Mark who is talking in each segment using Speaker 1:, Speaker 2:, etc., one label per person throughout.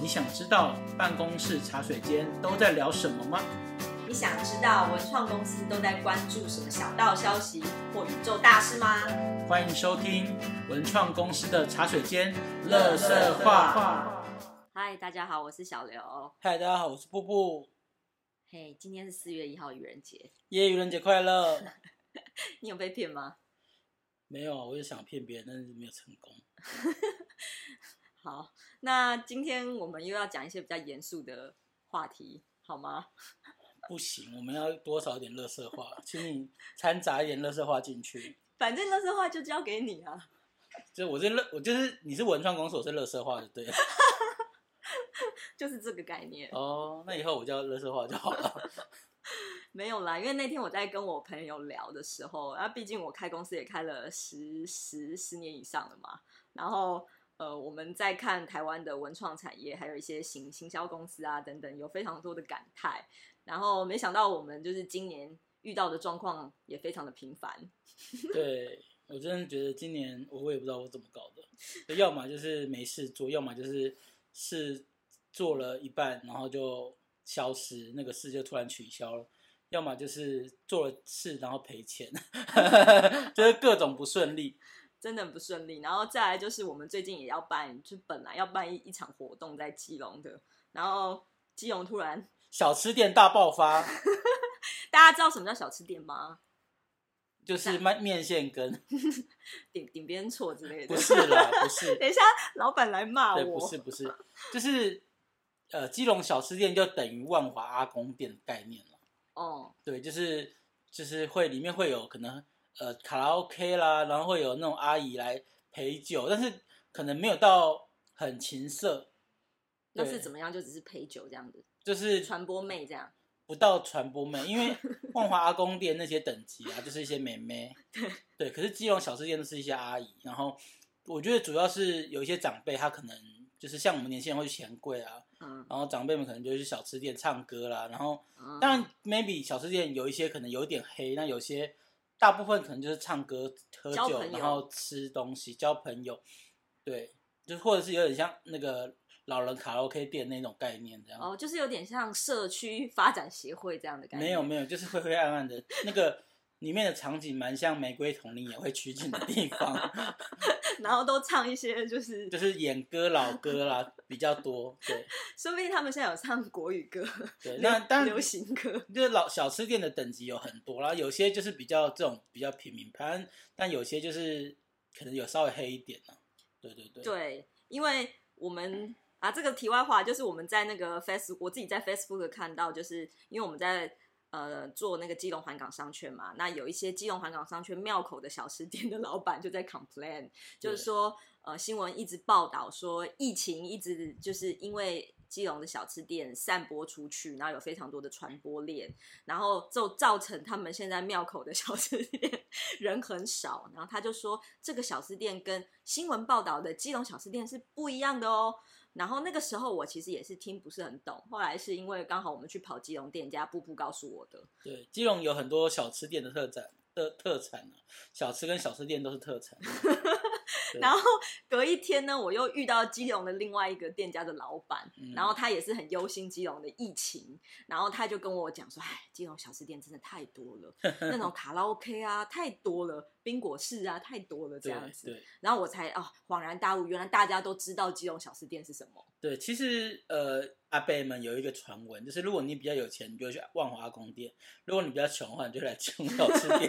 Speaker 1: 你想知道办公室茶水间都在聊什么吗？
Speaker 2: 你想知道文创公司都在关注什么小道消息或宇宙大事吗？
Speaker 1: 欢迎收听文创公司的茶水间乐色话。
Speaker 2: 嗨，大家好，我是小刘。
Speaker 1: 嗨，大家好，我是布布。
Speaker 2: 嘿、今天是四月一号愚人节，
Speaker 1: 耶，愚人节快乐！
Speaker 2: 你有被骗吗？
Speaker 1: 没有，啊我就想骗别人，但是没有成功。
Speaker 2: 好，那今天我们又要讲一些比较严肃的话题，好吗？
Speaker 1: 不行，我们要多少一点乐色话，请你掺杂一点乐色话进去。
Speaker 2: 反正乐色话就交给你啊。
Speaker 1: 就我是乐，我就是你是文创公司，我是乐色话，就对了。
Speaker 2: 就是这个概念，
Speaker 1: 哦，那以后我叫乐色话就好了。
Speaker 2: 没有啦，因为那天我在跟我朋友聊的时候，那、毕竟我开公司也开了十十十年以上了嘛，然后呃，我们在看台湾的文创产业，还有一些行行销公司啊等等，有非常多的感慨，然后没想到我们就是今年遇到的状况也非常的频繁，
Speaker 1: 对我真的觉得今年我我也不知道我怎么搞的，要么就是没事做，要么就是事做了一半然后就消失，那个事就突然取消了。要么就是做了事然后赔钱， 就是各种不顺利。
Speaker 2: 真的很不顺利。然后再来就是我们最近也要办，就本来要办一一场活动在基隆的，然后基隆突然
Speaker 1: 小吃店大爆发，
Speaker 2: 大家知道什么叫小吃店吗？
Speaker 1: 就是 卖面线羹，
Speaker 2: 顶顶边错之类的。
Speaker 1: 不是啦，不 是，
Speaker 2: 等一下，老板来骂
Speaker 1: 对，
Speaker 2: 我。
Speaker 1: 不是不是，就是呃，基隆小吃店就等于万华阿公店的概念了。
Speaker 2: 哦，
Speaker 1: 对，就是就是会里面会有可能呃卡拉 OK 啦，然后会有那种阿姨来陪酒，但是可能没有到很情色，
Speaker 2: 那
Speaker 1: 对
Speaker 2: 是怎么样？就只是陪酒这样子，
Speaker 1: 就是
Speaker 2: 传播妹这样。
Speaker 1: 不到传播妹，因为万华阿公店那些等级啊，就是一些妹 妹，对，可是基隆小吃店都是一些阿姨，然后我觉得主要是有一些长辈，他可能就是像我们年轻人会去钱柜啊，
Speaker 2: 嗯，
Speaker 1: 然后长辈们可能就会去小吃店唱歌啦，然后
Speaker 2: 嗯
Speaker 1: 当然 maybe 小吃店有一些可能有点黑，那有些大部分可能就是唱歌、喝
Speaker 2: 交
Speaker 1: 酒
Speaker 2: 朋，友
Speaker 1: 然后吃东西、交朋友，对，就或者是有点像那个老人卡拉 OK 店那种概念这样。
Speaker 2: 哦，就是有点像社区发展协会这样的感觉。
Speaker 1: 没有没有，就是灰灰暗暗的那个里面的场景，蛮像玫瑰童林也会取景的地方，
Speaker 2: 然后都唱一些，就是
Speaker 1: 就是演歌老歌啦比较多。对
Speaker 2: 说不定他们现在有唱国语歌，
Speaker 1: 对，
Speaker 2: 流
Speaker 1: 那当然
Speaker 2: 流行歌。
Speaker 1: 就是老小吃店的等级有很多啦，有些就是比较这种比较平民派，但但有些就是可能有稍微黑一点呢、对对对，
Speaker 2: 对，因为我们啊，这个题外话就是我们在那个 Face，我自己在 Facebook 看到，就是因为我们在呃做那个基隆环港商圈嘛，那有一些基隆环港商圈庙口的小吃店的老板就在 complain，就是说呃新闻一直报道说疫情一直就是因为。基隆的小吃店散播出去，然后有非常多的传播链，然后就造成他们现在庙口的小吃店 人很少。然后他就说，这个小吃店跟新闻报道的基隆小吃店是不一样的哦。然后那个时候我其实也是听不是很懂，后来是因为刚好我们去跑基隆店家，步步告诉我的。
Speaker 1: 对，基隆有很多小吃店的特展特特产啊，小吃跟小吃店都是特产。啊对
Speaker 2: 然后隔一天呢，我又遇到基隆的另外一个店家的老板，
Speaker 1: 嗯
Speaker 2: 然后他也是很忧心基隆的疫情，然后他就跟我讲说：“哎，基隆小吃店真的太多了，那 种卡拉 OK 啊太多了，冰果室啊太多了这
Speaker 1: 对
Speaker 2: 样子。”
Speaker 1: 对
Speaker 2: 然后我才哦恍然大悟，原来大家都知道基隆小吃店是什么。
Speaker 1: 对，其实呃，阿伯们有一个传闻，就是如果你比较有钱，你就会去万华宫店；如果你比较穷的话，你就来穷小吃 店。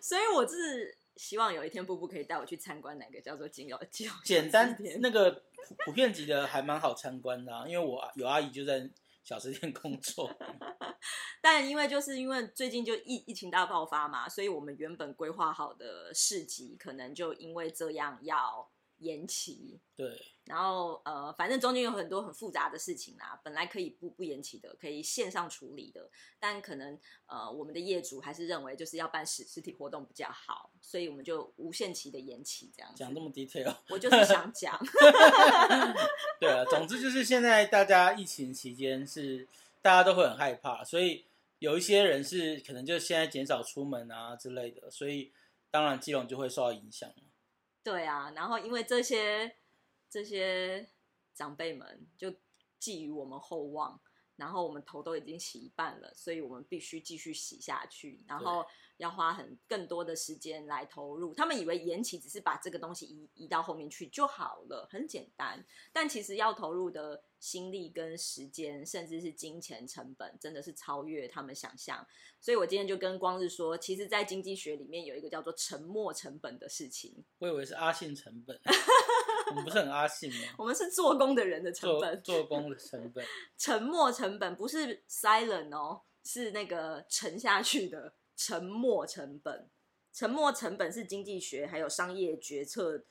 Speaker 2: 所以我是希望有一天布布可以带我去参观哪个叫做基隆基隆小吃
Speaker 1: 简单
Speaker 2: 店
Speaker 1: 那个普普遍级的还蛮好参观的、啊，因为我有阿姨就在小吃店工作。
Speaker 2: 但因为就是因为最近就疫疫情大爆发嘛，所以我们原本规划好的市集可能就因为这样要延期。
Speaker 1: 对
Speaker 2: 然后呃，反正中间有很多很复杂的事情啦，本来可以不不延期的，可以线上处理的，但可能呃，我们的业主还是认为就是要办实实体活动比较好，所以我们就无限期的延期这样子。
Speaker 1: 讲这么 detail，
Speaker 2: 我就是想讲，
Speaker 1: 对啊，总之就是现在大家疫情期间是大家都会很害怕，所以有一些人是可能就现在减少出门啊之类的，所以当然基隆就会受到影响。
Speaker 2: 对啊，然后因为这些这些长辈们就寄予我们厚望，然后我们头都已经洗一半了，所以我们必须继续洗下去，然后要花很更多的时间来投入。他们以为延期只是把这个东西移移到后面去就好了，很简单，但其实要投入的心力跟时间，甚至是金钱成本，真的是超越他们想象。所以我今天就跟光日说，其实，在经济学里面有一个叫做沉没成本的事情，
Speaker 1: 我以为是阿信成本， 我们不是很阿信吗？
Speaker 2: 我们是做工的人的成
Speaker 1: 做
Speaker 2: 本，
Speaker 1: 做工的成本，
Speaker 2: 沉没成本不是 silent 哦，是那个沉下去的沉没成本。沉没成本是经济学还有商业决策，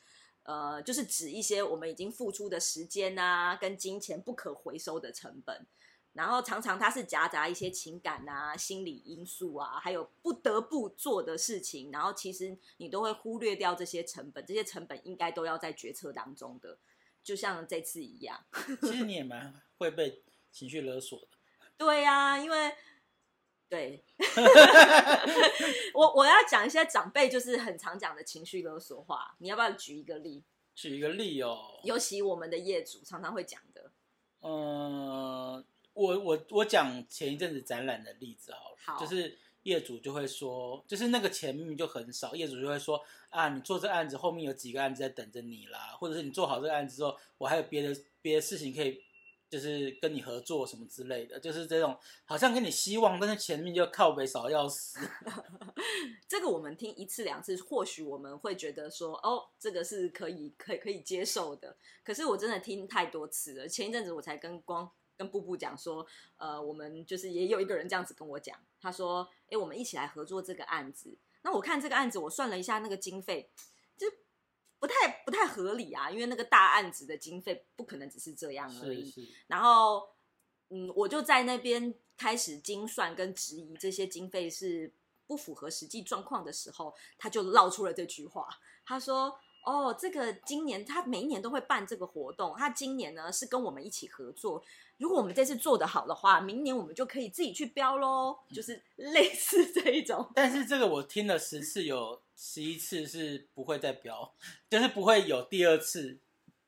Speaker 2: 呃，就是指一些我们已经付出的时间啊跟金钱不可回收的成本。然后常常它是夹杂一些情感啊、心理因素啊，还有不得不做的事情，然后其实你都会忽略掉这些成本，这些成本应该都要在决策当中的，就像这次一样。
Speaker 1: 其实你也蛮会被情绪勒索的。
Speaker 2: 对呀、因为对我我要讲一些长辈就是很常讲的情绪勒索话，你要不要举一个例？
Speaker 1: 举一个例哦，
Speaker 2: 尤其我们的业主常常会讲的。
Speaker 1: 呃，我我我讲前一阵子展览的例子好了，
Speaker 2: 好
Speaker 1: 就是业主就会说，就是那个钱明明就很少，业主就会说啊，你做这案子后面有几个案子在等着你啦，或者是你做好这个案子之后，我还有别的别的事情可以。就是跟你合作什么之类的，就是这种好像跟你希望，但是前面就靠北少得要死。
Speaker 2: 这个我们听一次两次，或许我们会觉得说，哦，这个是可以可以可以接受的。可是我真的听太多次了。前一阵子我才跟光跟布布讲说，呃，我们就是也有一个人这样子跟我讲，他说，哎，我们一起来合作这个案子。那我看这个案子，我算了一下那个经费，就不太不太合理啊，因为那个大案子的经费不可能只是这样而
Speaker 1: 是
Speaker 2: 已。
Speaker 1: 是，
Speaker 2: 然后，嗯，我就在那边开始精算跟质疑这些经费是不符合实际状况的时候，他就唠出了这句话。他说：“哦，这个今年他每一年都会办这个活动，他今年呢是跟我们一起合作。如果我们这次做得好的话，明年我们就可以自己去标喽。”就是类似这一种。
Speaker 1: 但是这个我听了十次，有十一次是不会再标，就是不会有第二次。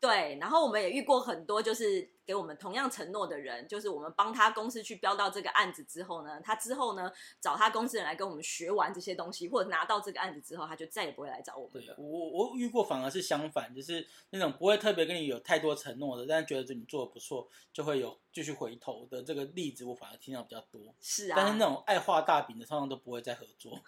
Speaker 2: 对，然后我们也遇过很多，就是给我们同样承诺的人，就是我们帮他公司去标到这个案子之后呢，他之后呢找他公司人来跟我们学完这些东西，或者拿到这个案子之后，他就再也不会来找我
Speaker 1: 对
Speaker 2: 们
Speaker 1: 啊
Speaker 2: 了。
Speaker 1: 我我遇过反而是相反，就是那种不会特别跟你有太多承诺的，但是觉得你做的不错，就会有继续回头的这个例子，我反而听到比较多。
Speaker 2: 是
Speaker 1: 但是那
Speaker 2: 啊，
Speaker 1: 种爱画大饼的，通常都不会再合作。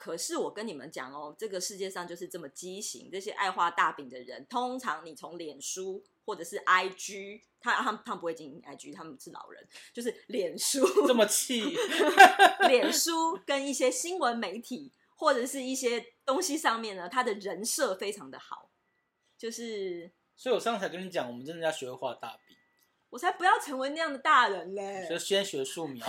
Speaker 2: 可是我跟你们讲哦，这个世界上就是这么畸形，这些爱画大饼的人，通常你从脸书或者是 IG，他他们他们不会经营 IG，他们是老人，就是脸书
Speaker 1: 这么气，
Speaker 2: 脸书跟一些新闻媒体或者是一些东西上面呢，他的人设非常的好，就是
Speaker 1: 所以我上次才跟你讲，我们真的要学会画大饼，
Speaker 2: 我才不要成为那样的大人嘞
Speaker 1: 所。以先学素 描。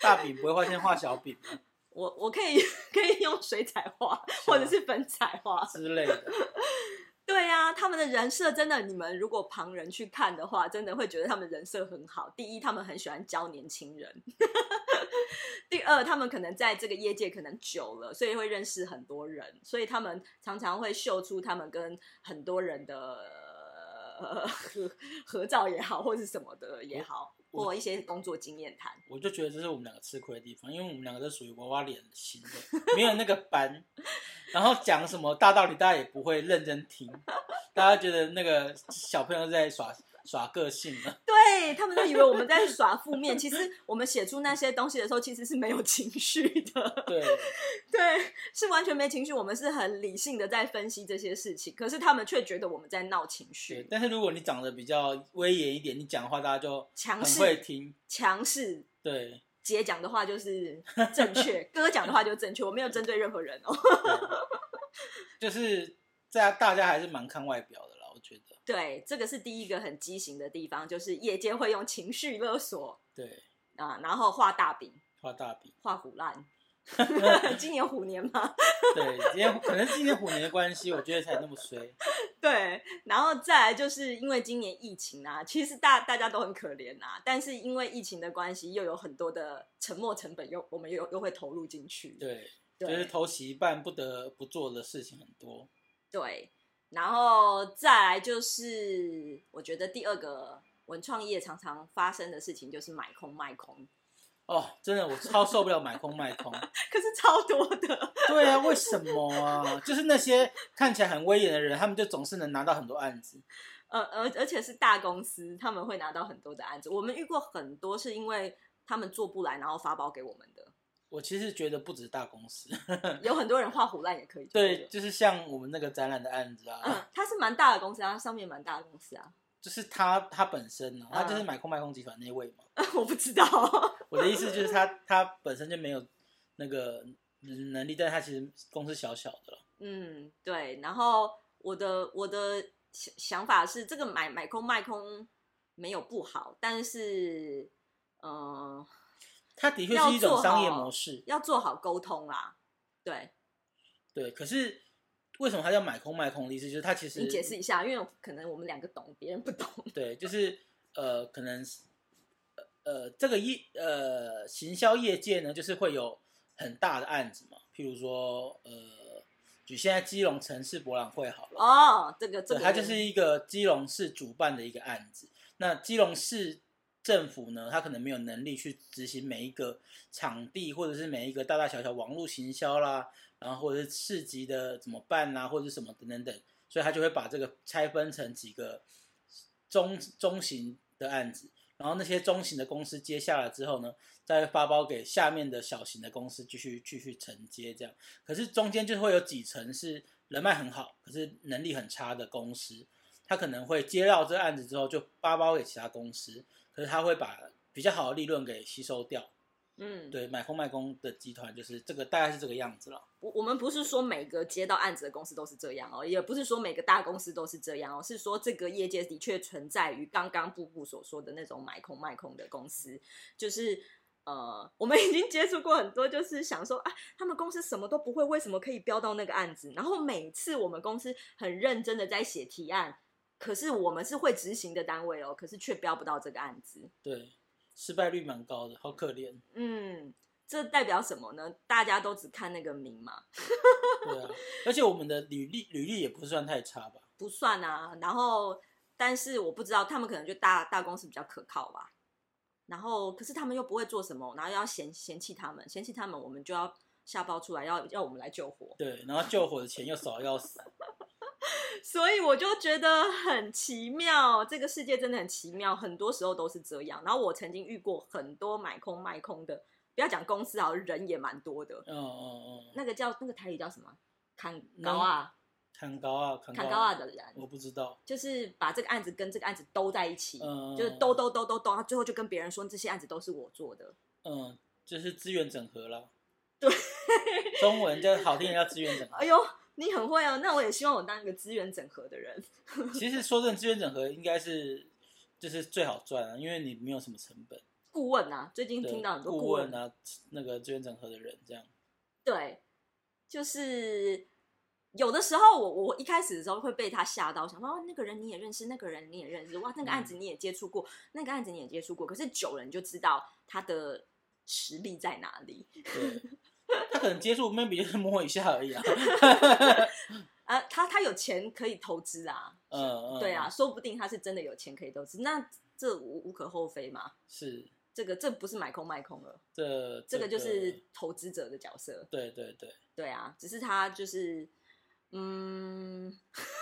Speaker 1: 大饼不会画，先画小饼嘛
Speaker 2: 我我可以 可以用水彩画或者是粉彩画，
Speaker 1: 之类的。
Speaker 2: 对呀、他们的人设真的，你们如果旁人去看的话，真的会觉得他们人设很好。第一，他们很喜欢教年轻人； 第二，他们可能在这个业界可能久了，所以会认识很多人，所以他们常常会秀出他们跟很多人的、 呃合合照也好，或是什么的也好，
Speaker 1: 我
Speaker 2: 或一些工作经验谈。
Speaker 1: 我就觉得这是我们两个吃亏的地方，因为我们两个都属于娃娃脸型的，没有那个班，然后讲什么大道理，大家也不会认真听，大家觉得那个小朋友在耍耍个性了，
Speaker 2: 对他们都以为我们在耍负面，其实我们写出那些东西的时候，其实是没有情绪的。
Speaker 1: 对，
Speaker 2: 对，是完全没情绪，我们是很理性的在分析这些事情，可是他们却觉得我们在闹情
Speaker 1: 对。
Speaker 2: 绪，
Speaker 1: 但是如果你长得比较威严一点，你讲话大家就
Speaker 2: 强
Speaker 1: 很会
Speaker 2: 势
Speaker 1: 听，
Speaker 2: 强势。
Speaker 1: 对，
Speaker 2: 姐讲的话就是 正确，哥讲的话就正确，我没有针对任何人哦。
Speaker 1: 对就是在大家还是蛮看外表的啦，我觉得，
Speaker 2: 对，这个是第一个很畸形的地方，就是业界会用情绪勒索
Speaker 1: 对，
Speaker 2: 啊，然后画大饼、
Speaker 1: 画大饼，
Speaker 2: 画虎 烂。今年虎年嘛，
Speaker 1: 对，今天可能是今天虎年的关系，我觉得才那么衰，
Speaker 2: 对，然后再来就是因为今年疫情啊，其实大大家都很可怜啊，但是因为疫情的关系，又有很多的沉没成本又我们又又会投入进去。
Speaker 1: 对，
Speaker 2: 对
Speaker 1: 就是投洗一半不得不做的事情很多。
Speaker 2: 对，然后再来就是，我觉得第二个文创业常常发生的事情就是买空卖空，
Speaker 1: 哦，真的我超受不了买空卖空。
Speaker 2: 可是超多的。
Speaker 1: 对啊，为什么啊？就是那些看起来很威严的人，他们就总是能拿到很多案子。
Speaker 2: 呃，而而且是大公司，他们会拿到很多的案子。我们遇过很多是因为他们做不来，然后发包给我们的。
Speaker 1: 我其实觉得不止大公司，
Speaker 2: 有很多人画虎烂也可以做
Speaker 1: 嗯对，
Speaker 2: 的。
Speaker 1: 就是像我们那个展览的案子啊，
Speaker 2: 嗯，它是蛮大的公司啊，它上面蛮大的公司啊，
Speaker 1: 就是他他本身呢、他就是
Speaker 2: 嗯
Speaker 1: 买空卖空集团那位嘛。
Speaker 2: 我不知道。
Speaker 1: 我的意思就是他他本身就没有那个能力，但是他其实公司小小的了。
Speaker 2: 嗯，对。然后我的我的想想法是，这个买买空卖空没有不好，但是呃，
Speaker 1: 他的确是一种商业模式，
Speaker 2: 要做好沟通啦。对
Speaker 1: 对。可是为什么他叫买空卖空的意思？就是他其实
Speaker 2: 你解释一下，因为可能我们两个懂，别人不懂。
Speaker 1: 对，就是呃，可能是呃呃，这个业呃行销业界呢，就是会有很大的案子嘛，譬如说呃，举现在基隆城市博览会好了，
Speaker 2: 哦，这个这
Speaker 1: 对，
Speaker 2: 个
Speaker 1: 它就是一个基隆市主办的一个案子。那基隆市政府呢，它可能没有能力去执行每一个场地，或者是每一个大大小小网络行销啦，然后或者是市集的怎么办啦，或者是什么等等等，所以他就会把这个拆分成几个中中型的案子，然后那些中型的公司接下来之后呢，再发包给下面的小型的公司继续继续承接这样。可是中间就会有几层是人脉很好，可是能力很差的公司，他可能会接到这个案子之后就发包给其他公司，可是他会把比较好的利润给吸收掉。
Speaker 2: 嗯，
Speaker 1: 对，买空卖空的集团就是这个，大概是这个样子了。
Speaker 2: 我我们不是说每个接到案子的公司都是这样哦，也不是说每个大公司都是这样哦，是说这个业界的确存在于刚刚布布所说的那种买空卖空的公司，就是呃，我们已经接触过很多，就是想说啊，他们公司什么都不会，为什么可以标到那个案子？然后每次我们公司很认真的在写提案，可是我们是会执行的单位哦，可是却标不到这个案子，
Speaker 1: 对，失败率蛮高的，好可怜。
Speaker 2: 嗯。这代表什么呢？大家都只看那个名嘛，
Speaker 1: 对啊， 而且我们的履历履历也不算太差吧？
Speaker 2: 不算啊。然后，但是我不知道他们可能就大大公司比较可靠吧。然后，可是他们又不会做什么，然后要嫌嫌弃他们，嫌弃他们，我们就要下包出来，要要我们来救火。
Speaker 1: 对，然后救火的钱又少得要死。
Speaker 2: 所以我就觉得很奇妙，这个世界真的很奇妙，很多时候都是这样。然后我曾经遇过很多买空卖空的，不要讲公司好，人也蛮多的。
Speaker 1: 嗯嗯嗯，
Speaker 2: 那个叫那个台语叫什么？砍高啊，
Speaker 1: 砍高啊，砍
Speaker 2: 砍
Speaker 1: 高
Speaker 2: 高啊，的人，
Speaker 1: 我不知道。
Speaker 2: 就是把这个案子跟这个案子兜在一起。
Speaker 1: 嗯，
Speaker 2: 就是兜兜兜兜兜，他最后就跟别人说这些案子都是我做的。
Speaker 1: 嗯，就是资源整合了。对， 中文叫好听点叫资源整
Speaker 2: 哎呦，你很会哦，那我也希望我当一个资源整合的人。
Speaker 1: 合。其实说真的，资源整合应该是就是最好赚啊，因为你没有什么成本。
Speaker 2: 顾问啊，最近
Speaker 1: 对
Speaker 2: 听到很多
Speaker 1: 顾
Speaker 2: 顾问，
Speaker 1: 问啊，那个资源整合的人这样。
Speaker 2: 对，就是有的时候我我一开始的时候会被他吓到，想说哦那个人你也认识，那个人你也认识，哇，那个案子
Speaker 1: 嗯
Speaker 2: 你也接触过，那个案子你也接触过，可是久了你就知道他的实力在哪里。
Speaker 1: 对，他可能接触 maybe 就是摸一下而已啊。
Speaker 2: 呃，他他有钱可以投资啊，
Speaker 1: 嗯嗯，
Speaker 2: 对啊，，说不定他是真的有钱可以投资，那这无无可厚非嘛。
Speaker 1: 是
Speaker 2: 这个这不是买空卖空了，
Speaker 1: 这
Speaker 2: 这个就是投资者的角色。
Speaker 1: 对对对，
Speaker 2: 对啊，只是他就是，嗯，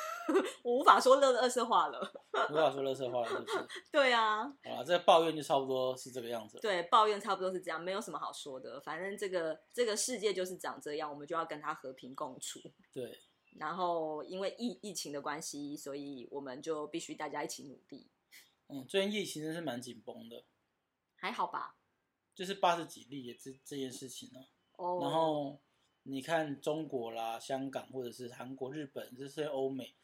Speaker 2: 我无法说乐乐色话了。
Speaker 1: 无法说乐色话了，是不是？
Speaker 2: 对啊，
Speaker 1: 好了，这个抱怨就差不多是这个样子了。
Speaker 2: 对，抱怨差不多是这样，没有什么好说的。反正这个这个世界就是长这样，我们就要跟他和平共处。
Speaker 1: 对
Speaker 2: 然后因为疫疫情的关系，所以我们就必须大家一起努力，
Speaker 1: 嗯，最近疫情真是蛮紧绷的，
Speaker 2: 还好吧？
Speaker 1: 就是八十几例也这这件事情啊呢、
Speaker 2: 哦，
Speaker 1: 然后你看中国啦、香港或者是韩国、日本，这些欧美，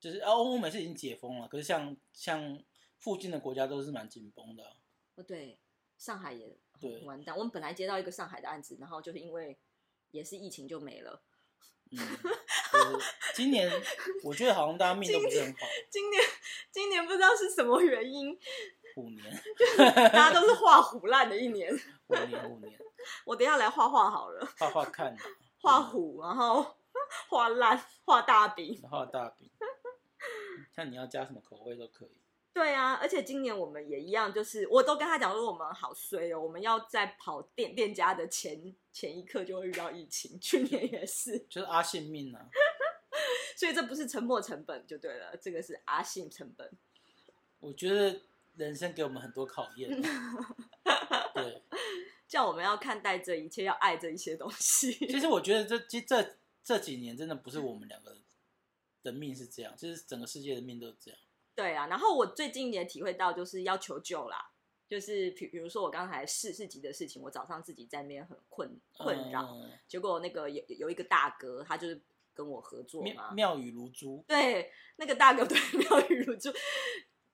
Speaker 1: 就是啊，欧美是已经解封了，可是像像附近的国家都是蛮紧绷的啊、
Speaker 2: 哦对，上海也
Speaker 1: 对
Speaker 2: 完蛋。我们本来接到一个上海的案子，然后就是因为也是疫情就没了。
Speaker 1: 嗯，就是 今年我觉得好像大家命都不是很好，
Speaker 2: 今年今年不知道是什么原因，
Speaker 1: 虎年、
Speaker 2: 大家都是画虎烂的一年。
Speaker 1: 虎年、虎年，
Speaker 2: 我等一下来画画好了，
Speaker 1: 画画看啊，
Speaker 2: 画虎，然后 画烂画大饼。
Speaker 1: 画大饼，像你要加什么口味都可以。
Speaker 2: 对啊，而且今年我们也一样，就是我都跟他讲说我们好衰哦，我们要在跑店店家的前前一刻就会遇到疫情，去年也是，
Speaker 1: 就是阿信命啊，
Speaker 2: 所以这不是沉没成本就对了，这个是阿信成本。
Speaker 1: 我觉得人生给我们很多考验。啊对，
Speaker 2: 叫我们要看待这一切，要爱这一些东西。
Speaker 1: 其实我觉得这这这这几年真的不是我们两个的命是这样，就是整个世界的命都是这样。
Speaker 2: 对啊，然后我最近也体会到，就是要求救啦。就是比比如说我刚才试市集的事情，我早上自己在那边很困困扰，
Speaker 1: 嗯
Speaker 2: 结果那个有有一个大哥，他就是跟我合作
Speaker 1: 妙
Speaker 2: 嘛，
Speaker 1: 妙语如珠，
Speaker 2: 对，那个大哥 对妙语如珠，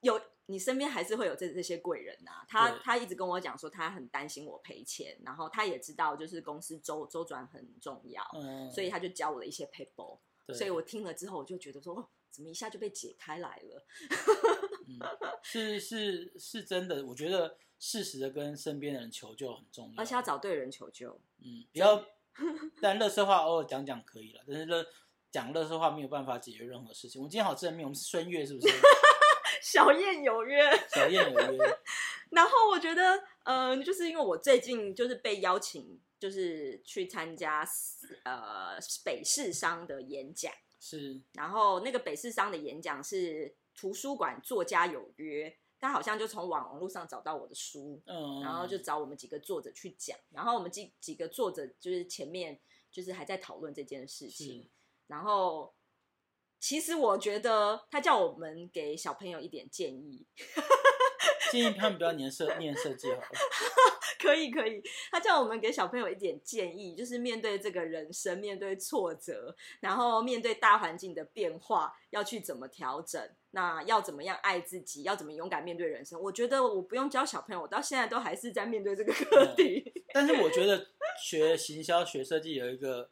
Speaker 2: 有你身边还是会有这这些贵人呐、他
Speaker 1: 对
Speaker 2: 他一直跟我讲说，他很担心我赔钱，然后他也知道就是公司周周转很重要，
Speaker 1: 嗯，
Speaker 2: 哦所以他就教我的一些 paper，
Speaker 1: 对
Speaker 2: 所以我听了之后，我就觉得说，哦，怎么一下就被解开来了？
Speaker 1: 嗯是是是真的，我觉得适时的跟身边的人求救很重要，
Speaker 2: 而且要找对人求救。
Speaker 1: 嗯，不要，但乐色话偶尔讲讲可以了，但是乐讲乐色话没有办法解决任何事情。我们今天好正面，我们是孙悦是 不是？
Speaker 2: 小燕有约。
Speaker 1: 小燕有约，
Speaker 2: 然后我觉得，嗯、就是因为我最近就是被邀请，就是去参加呃北市商的演讲，
Speaker 1: 是
Speaker 2: 然后那个北市商的演讲是图书馆作家有约，他好像就从网络上找到我的书，
Speaker 1: 嗯，
Speaker 2: 然后就找我们几个作者去讲，然后我们几几个作者就是前面就是还在讨论这件事
Speaker 1: 是
Speaker 2: 情，然后其实我觉得他叫我们给小朋友一点建议，
Speaker 1: 建议他们不要念设念设计好了，
Speaker 2: 可以可以，他叫我们给小朋友一点建议，就是面对这个人生，面对挫折，然后面对大环境的变化，要去怎么调整，那要怎么样爱自己，要怎么勇敢面对人生。我觉得我不用教小朋友，我到现在都还是在面对这个课题。
Speaker 1: 但是我觉得学行销、学设计有一个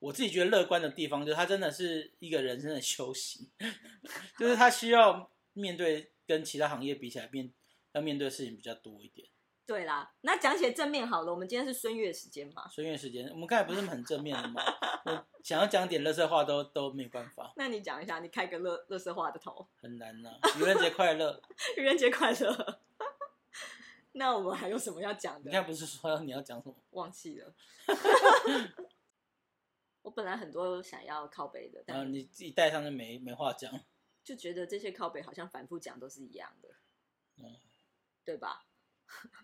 Speaker 1: 我自己觉得乐观的地方，就是它真的是一个人生的修行， 就是它需要面对跟其他行业比起来面要面对的事情比较多一点。
Speaker 2: 对啦，那讲起来正面好了，我们今天是孙悦时间嘛，
Speaker 1: 所以因为时间，我们刚才不是很正面的吗？我想要讲点乐色话都都没有办法，
Speaker 2: 那你讲一下，你开个乐乐色话的头，
Speaker 1: 很难呐、愚人节快乐！
Speaker 2: 愚人节快乐。 那我们还有什么要讲
Speaker 1: 你
Speaker 2: 的？
Speaker 1: 刚才不是说你要讲什么？
Speaker 2: 忘记了。 我本来很多想要靠背的，
Speaker 1: 然后
Speaker 2: 但
Speaker 1: 啊你自己带上就没没话讲。
Speaker 2: 就觉得这些靠背好像反复讲都是一样的，
Speaker 1: 嗯
Speaker 2: 对吧？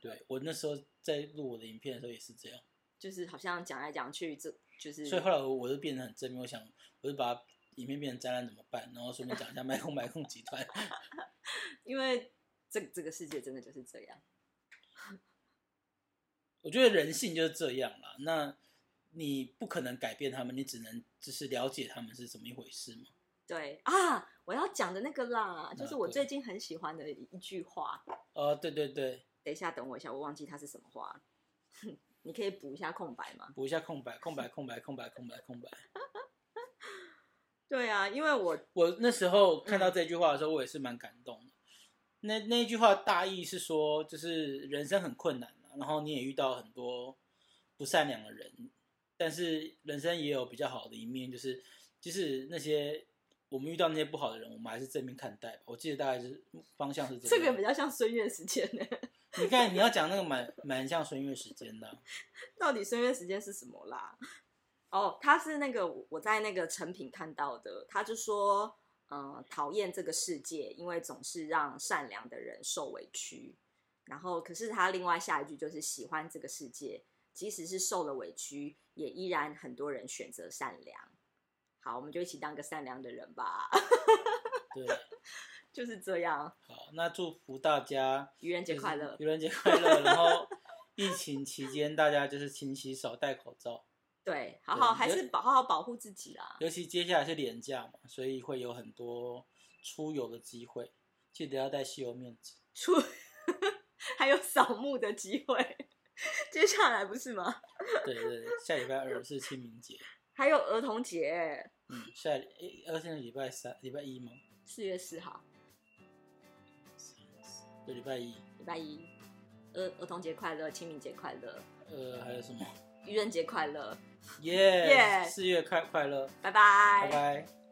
Speaker 1: 对我那时候在录我的影片的时候也是这样。
Speaker 2: 就是好像讲来讲去，这就是
Speaker 1: 所以后来我就变得很正面，我想我就把影片变成展览怎么办，然后顺便讲一下麦 控麦控集团。
Speaker 2: 因为这这个世界真的就是这样。
Speaker 1: 我觉得人性就是这样啦，那你不可能改变他们，你只能就是了解他们是怎么一回事嘛。
Speaker 2: 对啊，我要讲的那个啦，就是我
Speaker 1: 啊对
Speaker 2: 最近很喜欢的一句话。
Speaker 1: 哦，对对对，
Speaker 2: 等一下，等我一下，我忘记它是什么话了。 你可以补一下空白吗？
Speaker 1: 补一下空白，空白，空白，空白，空白，空白。
Speaker 2: 对啊，因为我
Speaker 1: 我那时候看
Speaker 2: 嗯
Speaker 1: 到这句话的时候，我也是蛮感动的。那那一句话大意是说，就是人生很困难、啊、然后你也遇到很多不善良的人，但是人生也有比较好的一面，就是即使那些我们遇到那些不好的人，我们还是正面看待吧。我记得大概是方向是
Speaker 2: 这
Speaker 1: 样
Speaker 2: 个比较像孙悦时间呢、
Speaker 1: 你看你要讲那个蛮蛮像孙悦时间的啊、
Speaker 2: 到底孙悦时间是什么啦？哦，他是那个我在那个成品看到的，他就说，嗯、讨厌这个世界，因为总是让善良的人受委屈。然后，可是他另外下一句就是喜欢这个世界，即使是受了委屈，也依然很多人选择善良。好，我们就一起当个善良的人吧，
Speaker 1: 对，
Speaker 2: 就是这样。
Speaker 1: 好，那祝福大家
Speaker 2: 愚人节
Speaker 1: 就是
Speaker 2: 快乐！
Speaker 1: 愚人节快乐。然后疫情期间，大家就是勤洗手、戴口罩。
Speaker 2: 对，好好
Speaker 1: 对
Speaker 2: 还
Speaker 1: 你就是
Speaker 2: 保好好保护自己啦。
Speaker 1: 尤其接下来是廉价嘛，所以会有很多出游的机会，记得要带吸油面纸。
Speaker 2: 出 还有扫墓的机会， 接下来不是吗？
Speaker 1: 对对对，下礼拜二是清明节，
Speaker 2: 还有儿童节，
Speaker 1: 嗯，下诶、而且是礼拜三、礼拜一吗？
Speaker 2: 四月四号，
Speaker 1: 对，礼拜一。
Speaker 2: 礼拜一，儿儿童节快乐，清明节快乐，
Speaker 1: 呃，还有什么？
Speaker 2: 愚人节快乐，
Speaker 1: 耶！
Speaker 2: 耶
Speaker 1: 四月快快乐，
Speaker 2: 拜
Speaker 1: 拜拜。